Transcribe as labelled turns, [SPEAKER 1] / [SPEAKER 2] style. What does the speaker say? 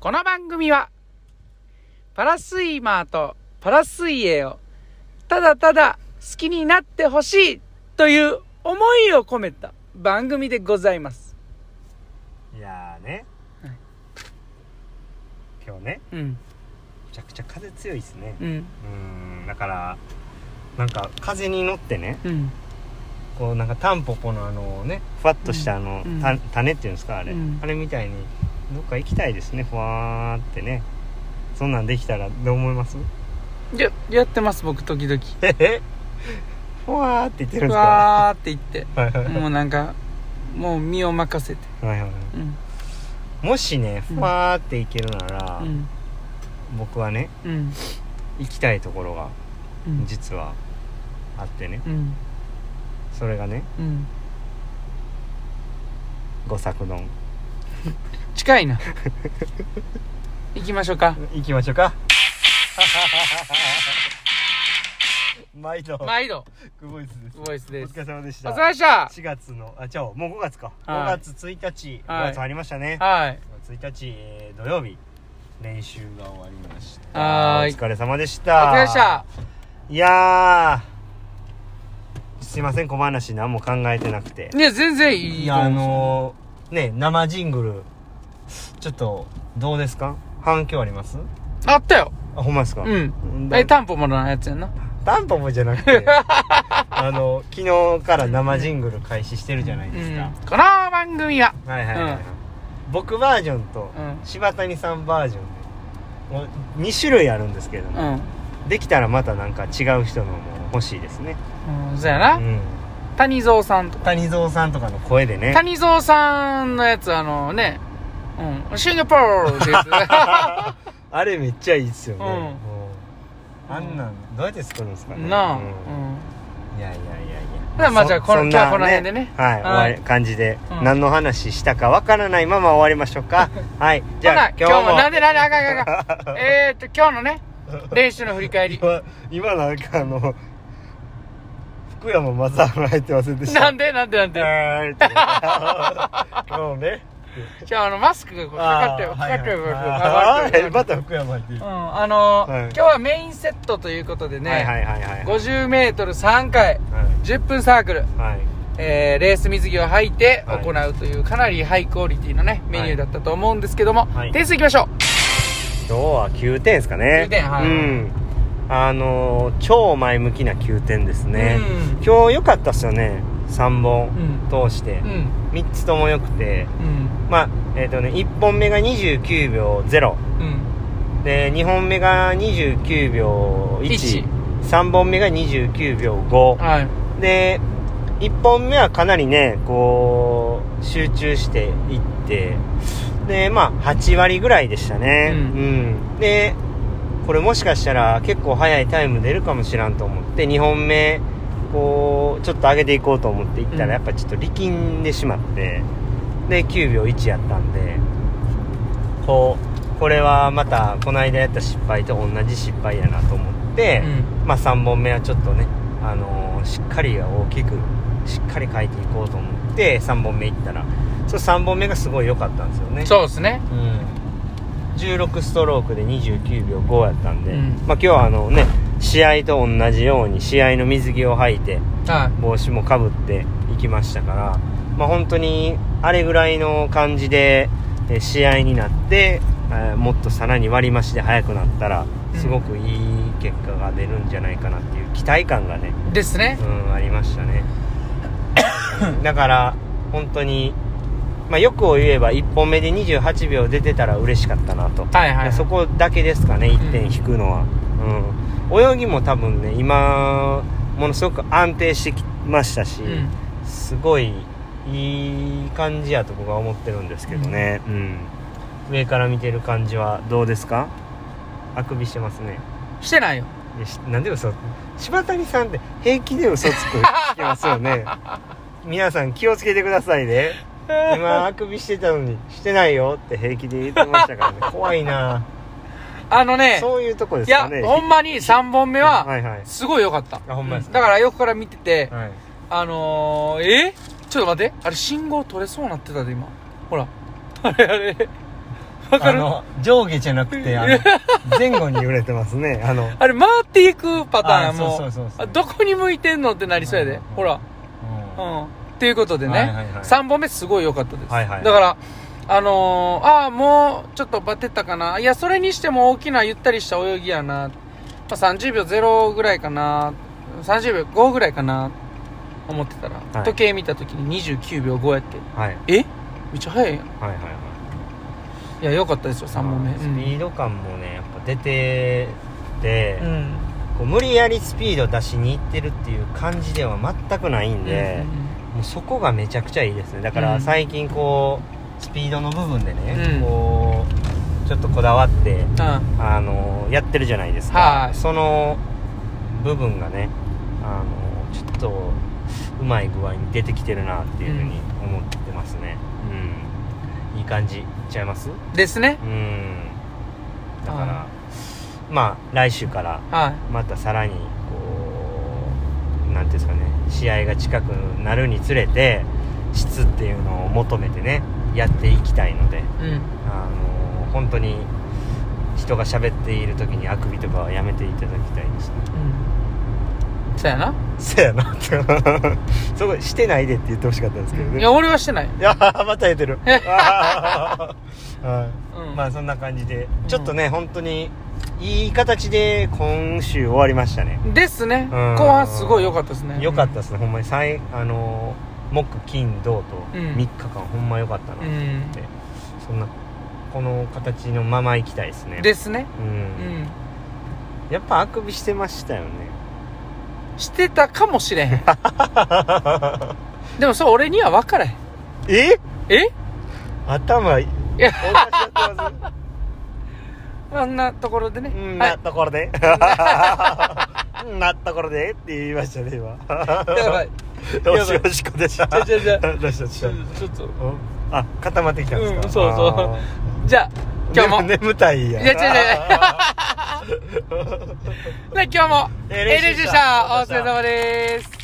[SPEAKER 1] この番組は、パラスイマーとパラ水泳を、ただただ好きになってほしいという思いを込めた番組でございます。
[SPEAKER 2] いやーね、
[SPEAKER 1] はい
[SPEAKER 2] 今日ね
[SPEAKER 1] うん、
[SPEAKER 2] めちゃくちゃ風強いですね
[SPEAKER 1] うん、
[SPEAKER 2] うーんだからなんか風に乗ってね
[SPEAKER 1] うん、
[SPEAKER 2] こうなんかタンポポのあのねふわっとしたあの、
[SPEAKER 1] うん
[SPEAKER 2] た種っていうんですかあれ、
[SPEAKER 1] うん
[SPEAKER 2] あれみたいにどっか行きたいですねふわーってねそんなんできたらどう思います
[SPEAKER 1] や、やってます、僕、時々。
[SPEAKER 2] えへふわーって言ってるん
[SPEAKER 1] ふ
[SPEAKER 2] ですか
[SPEAKER 1] わーって言って、
[SPEAKER 2] はいはい
[SPEAKER 1] もうなんか、もう身を任せて。
[SPEAKER 2] はいはい
[SPEAKER 1] うん、
[SPEAKER 2] もしねふわーって行けるなら、
[SPEAKER 1] うん、
[SPEAKER 2] 僕はね
[SPEAKER 1] うん、
[SPEAKER 2] 行きたいところが
[SPEAKER 1] うん、
[SPEAKER 2] 実はあってね
[SPEAKER 1] うん、
[SPEAKER 2] それがね
[SPEAKER 1] うん。
[SPEAKER 2] 五作丼
[SPEAKER 1] 近いな。行きましょうか。
[SPEAKER 2] 行きましょうか 毎度
[SPEAKER 1] 毎度、
[SPEAKER 2] クボイスです
[SPEAKER 1] ボイスです
[SPEAKER 2] お。疲れ様でし
[SPEAKER 1] お
[SPEAKER 2] た
[SPEAKER 1] 疲れ様でした
[SPEAKER 2] 4月のあじゃあもう5月か、
[SPEAKER 1] はい
[SPEAKER 2] 5月1日
[SPEAKER 1] はい
[SPEAKER 2] 5月ありましたね、
[SPEAKER 1] はい。
[SPEAKER 2] 5月1日、えー土曜日練習が終わりました
[SPEAKER 1] はーい
[SPEAKER 2] お疲れ様でし
[SPEAKER 1] お
[SPEAKER 2] た
[SPEAKER 1] 疲れ様でした。
[SPEAKER 2] いやーすいません小話何も考えてなくて
[SPEAKER 1] いや、全然いい。
[SPEAKER 2] いやあ、のー、ね生ジングルちょっとどうですか反響あります
[SPEAKER 1] あったよ。
[SPEAKER 2] あほんまですか
[SPEAKER 1] うん。
[SPEAKER 2] だ
[SPEAKER 1] え、タンポものやつやんな。
[SPEAKER 2] タンポポじゃな くてあの昨日から生ジングル開始してるじゃないですか、
[SPEAKER 1] この番組は、
[SPEAKER 2] はいはいはいはい、僕バージョンと
[SPEAKER 1] うん
[SPEAKER 2] 柴谷さんバージョンでもう2種類あるんですけど
[SPEAKER 1] う
[SPEAKER 2] も、
[SPEAKER 1] ん。
[SPEAKER 2] できたらまたなんか違う人のも欲しいですね、
[SPEAKER 1] うん、そうや
[SPEAKER 2] う
[SPEAKER 1] な。
[SPEAKER 2] ん、
[SPEAKER 1] 谷蔵さんとか。
[SPEAKER 2] 谷蔵さんとかの声でね
[SPEAKER 1] 谷蔵さんのやつ、あのね、うん。シンガポー ルってやつ。
[SPEAKER 2] あれめっちゃいいっすよね、
[SPEAKER 1] うん
[SPEAKER 2] うんあんなんどうやって作るんですかね
[SPEAKER 1] なあ。う
[SPEAKER 2] うん
[SPEAKER 1] ん。
[SPEAKER 2] いやいやいやい
[SPEAKER 1] じゃあ
[SPEAKER 2] や
[SPEAKER 1] まあじゃあ
[SPEAKER 2] そ
[SPEAKER 1] この
[SPEAKER 2] そん
[SPEAKER 1] 今日
[SPEAKER 2] な
[SPEAKER 1] はこの辺でね
[SPEAKER 2] はい、
[SPEAKER 1] はい
[SPEAKER 2] 終わり感じで、
[SPEAKER 1] うん
[SPEAKER 2] 何の話したかわからないまま終わりましょう かはいじ
[SPEAKER 1] じゃ
[SPEAKER 2] ゃあ
[SPEAKER 1] あ今
[SPEAKER 2] 今
[SPEAKER 1] 日
[SPEAKER 2] 日も
[SPEAKER 1] も、なんでなんであかんあかんあか ん。えーっと、今日のね、練習の振り返り。
[SPEAKER 2] 今今なんかあの福山雅治入ってませんでした
[SPEAKER 1] なんでなんでなんで。
[SPEAKER 2] えーってもうね
[SPEAKER 1] じゃあ、あの、マスクがこうかかってる、
[SPEAKER 2] あ
[SPEAKER 1] か
[SPEAKER 2] ー
[SPEAKER 1] かってる、か
[SPEAKER 2] はい
[SPEAKER 1] か
[SPEAKER 2] は
[SPEAKER 1] っ
[SPEAKER 2] い
[SPEAKER 1] て
[SPEAKER 2] あー
[SPEAKER 1] る。
[SPEAKER 2] また福山入ってる、
[SPEAKER 1] うん、あのー
[SPEAKER 2] はい
[SPEAKER 1] 今日はメインセットということでね、
[SPEAKER 2] はいはいはいはいはい
[SPEAKER 1] 50m3 回10分サークル、
[SPEAKER 2] はい
[SPEAKER 1] えーレース水着を履いて
[SPEAKER 2] はい
[SPEAKER 1] 行うというかなりハイクオリティのねメニューだったと思うんですけども、
[SPEAKER 2] はい
[SPEAKER 1] 点数いきましょ
[SPEAKER 2] 今日は9点ですかね
[SPEAKER 1] 9点はい
[SPEAKER 2] うんあのー超前向きな9点です
[SPEAKER 1] う、
[SPEAKER 2] ね、今日良かったっすよね3
[SPEAKER 1] う
[SPEAKER 2] 本
[SPEAKER 1] ん
[SPEAKER 2] 通して
[SPEAKER 1] うんうん
[SPEAKER 2] 3つとも良くて
[SPEAKER 1] うん
[SPEAKER 2] まあえっ、とね1本目が29秒0
[SPEAKER 1] うん
[SPEAKER 2] で2本目が29秒
[SPEAKER 1] 一
[SPEAKER 2] 13本目が29秒5
[SPEAKER 1] はい
[SPEAKER 2] で1本目はかなりねこう集中していってでまあ8割ぐらいでしたね
[SPEAKER 1] う
[SPEAKER 2] うんん、でこれもしかしたら結構早いタイム出るかもしらんと思って2本目こうちょっと上げていこうと思っていった
[SPEAKER 1] うん
[SPEAKER 2] らやっぱちょっと力んでしまってで9秒1やったんでこうこれはまたこの間やった失敗と同じ失敗やなと思って、
[SPEAKER 1] うん
[SPEAKER 2] まあ、3本目はちょっとね、あのーしっかり大きくしっかり書いていこうと思って3本目いったらそ3本目がすごい良かったんですよね
[SPEAKER 1] そうですね
[SPEAKER 2] うん、16ストロークで29秒5やったんで、
[SPEAKER 1] うん
[SPEAKER 2] まあ、今日はあのね試合と同じように試合の水着を履いて
[SPEAKER 1] は
[SPEAKER 2] 帽子もかぶっていきましたから、まあ、本当にあれぐらいの感じでえー試合になって、えーもっとさらに割り増しで速くなったら
[SPEAKER 1] うん
[SPEAKER 2] すごくいい結果が出るんじゃないかなっていう期待感がね、
[SPEAKER 1] いですね
[SPEAKER 2] うん、ありまし たねだから本当に、まあ、欲を言えば1本目で28秒出てたら嬉しかったなと
[SPEAKER 1] はいはい、はい、
[SPEAKER 2] そこだけですかね1点引くのは、うん泳ぎも多分ね今ものすごく安定してきましたし、
[SPEAKER 1] うん
[SPEAKER 2] すごいいい感じやと僕は思ってるんですけどね、うん上から見てる感じはどうですかあくびしてますね
[SPEAKER 1] してないよ
[SPEAKER 2] いやしなんで嘘柴谷さんって平気で嘘つく聞きます よね皆さん気をつけてくださいね今あくびしてたのにしてないよって平気で言ってましたからね怖いな
[SPEAKER 1] あのね
[SPEAKER 2] そういうとこです
[SPEAKER 1] いや
[SPEAKER 2] かね。
[SPEAKER 1] ほんまに3本目は
[SPEAKER 2] はいはい。
[SPEAKER 1] すごい良かった、
[SPEAKER 2] あほんまですか
[SPEAKER 1] だから横から見てて、
[SPEAKER 2] はい。
[SPEAKER 1] あのー、えちょっと待って。あれ、信号取れそうなってたで、今。ほら。あれあれ。わか
[SPEAKER 2] あ
[SPEAKER 1] る
[SPEAKER 2] の上下じゃなくてあ の前後に揺れてますねあの
[SPEAKER 1] あれ回っていくパター
[SPEAKER 2] あ
[SPEAKER 1] ン
[SPEAKER 2] そ
[SPEAKER 1] も
[SPEAKER 2] うそうそうそ
[SPEAKER 1] あ
[SPEAKER 2] う
[SPEAKER 1] どこに向いてんのってなりそうやで、
[SPEAKER 2] うん
[SPEAKER 1] ほら
[SPEAKER 2] うん
[SPEAKER 1] うんっていうことでね、
[SPEAKER 2] はいはいはい
[SPEAKER 1] 3本目すごい良かったです、
[SPEAKER 2] はいはい
[SPEAKER 1] だからあのー、ああもうちょっとバテたかないやそれにしても大きなゆったりした泳ぎやな、まあ、30秒0ぐらいかな30秒5ぐらいかな思ってたら、
[SPEAKER 2] はい
[SPEAKER 1] 時計見た時に29秒5やって
[SPEAKER 2] はい
[SPEAKER 1] えめっちゃ早いやんい
[SPEAKER 2] はいはいはい
[SPEAKER 1] や良かったですよ3本目
[SPEAKER 2] スピード感もねやっぱ出てて、
[SPEAKER 1] うん、うん
[SPEAKER 2] こう無理やりスピード出しに行ってるっていう感じでは全くないんで、もうそこがめちゃくちゃいいですねだか
[SPEAKER 1] う
[SPEAKER 2] ら
[SPEAKER 1] ん
[SPEAKER 2] 最近こうスピードの部分でね、
[SPEAKER 1] うん
[SPEAKER 2] こうちょっとこだわって
[SPEAKER 1] うんうんうん
[SPEAKER 2] あのやってるじゃないですか、
[SPEAKER 1] はい
[SPEAKER 2] その部分がねあのちょっとうまい具合に出てきてるなっていうふうに思ってますねうん、いい感じいっちゃいます
[SPEAKER 1] ですね
[SPEAKER 2] うんだから、
[SPEAKER 1] は
[SPEAKER 2] まあ来週から
[SPEAKER 1] はい
[SPEAKER 2] またさらにこうなんていうんですかね試合が近くなるにつれて質っていうのを求めてねやっていきたいので
[SPEAKER 1] うん
[SPEAKER 2] あの本当に人が喋っている時にあくびとかはやめていただきたいですね
[SPEAKER 1] うんそうやな、
[SPEAKER 2] そやなって そこしてないでって言ってほしかったんですけどね
[SPEAKER 1] いや俺はしてない
[SPEAKER 2] いやーまた言っ てるあーはい
[SPEAKER 1] うん
[SPEAKER 2] まあそんな感じでちょっとね、本当にいい形で今週終わりましたね
[SPEAKER 1] ですね
[SPEAKER 2] うん
[SPEAKER 1] 後半すごい良かったですね
[SPEAKER 2] 良かったですね、ほんまに最あのー木金銅と
[SPEAKER 1] うん
[SPEAKER 2] 3日間、ほんま良かったなっ
[SPEAKER 1] う
[SPEAKER 2] て、
[SPEAKER 1] ん
[SPEAKER 2] そんなこの形のまま行きたいですね
[SPEAKER 1] ですね
[SPEAKER 2] う、
[SPEAKER 1] うんん
[SPEAKER 2] やっぱあくびしてましたよね
[SPEAKER 1] してたかもしれへ んでもそう俺には分からへん
[SPEAKER 2] え
[SPEAKER 1] え
[SPEAKER 2] 頭い
[SPEAKER 1] や
[SPEAKER 2] おかしなってま
[SPEAKER 1] あんなところでね
[SPEAKER 2] すうん
[SPEAKER 1] は
[SPEAKER 2] ないったころでうんなったころでって言いましたね今
[SPEAKER 1] やばい
[SPEAKER 2] どうしようしこでした
[SPEAKER 1] ちょちょちょ
[SPEAKER 2] どうしたどう
[SPEAKER 1] ち
[SPEAKER 2] し
[SPEAKER 1] ょ
[SPEAKER 2] た
[SPEAKER 1] ちょっと
[SPEAKER 2] おあ固まってきたんですか、
[SPEAKER 1] うんそうそう
[SPEAKER 2] あ
[SPEAKER 1] じゃあ
[SPEAKER 2] ー
[SPEAKER 1] 今日も
[SPEAKER 2] 眠眠たいや
[SPEAKER 1] いや違う違うで今日も
[SPEAKER 2] えー
[SPEAKER 1] A
[SPEAKER 2] 練
[SPEAKER 1] 練
[SPEAKER 2] 習
[SPEAKER 1] 習
[SPEAKER 2] し
[SPEAKER 1] したたお疲れ様です